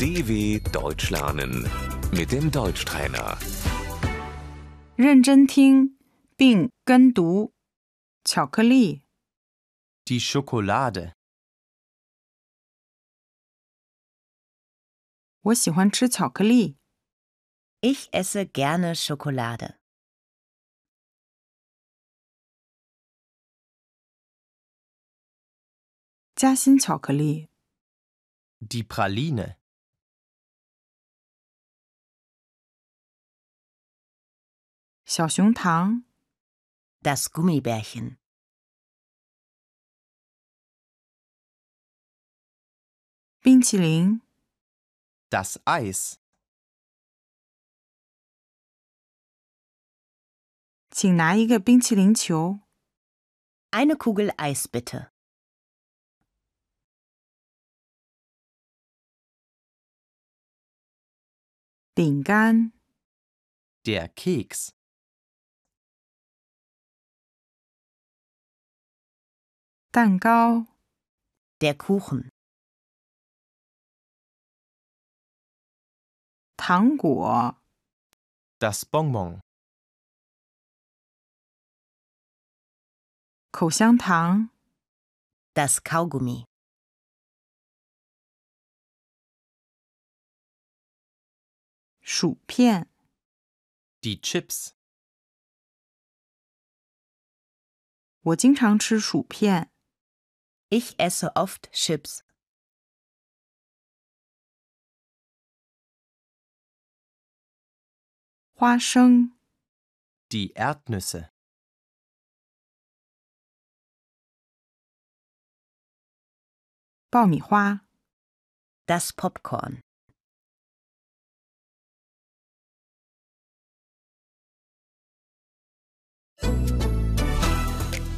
DW Deutsch lernen mit dem Deutschtrainer. 认真听并跟读。巧克力、 Die Schokolade. 我喜欢吃巧克力。 Ich esse gerne Schokolade. 夹心巧克力、 Die Praline. 小熊糖、 Das Gummibärchen. 冰淇淋、 Das Eis. 请拿一个冰淇淋球、 Eine Kugel Eis bitte. 饼干、 Der Keks. 蛋糕、 Der Kuchen. 糖果、 Das Bonbon. 口香糖、 Das Kaugummi. 薯片、 Die Chips. 我经常吃薯片、 Ich esse oft Chips. 花生、 Die Erdnüsse. 爆米花、 Das Popcorn.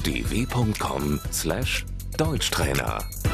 dw.com/deutschtrainer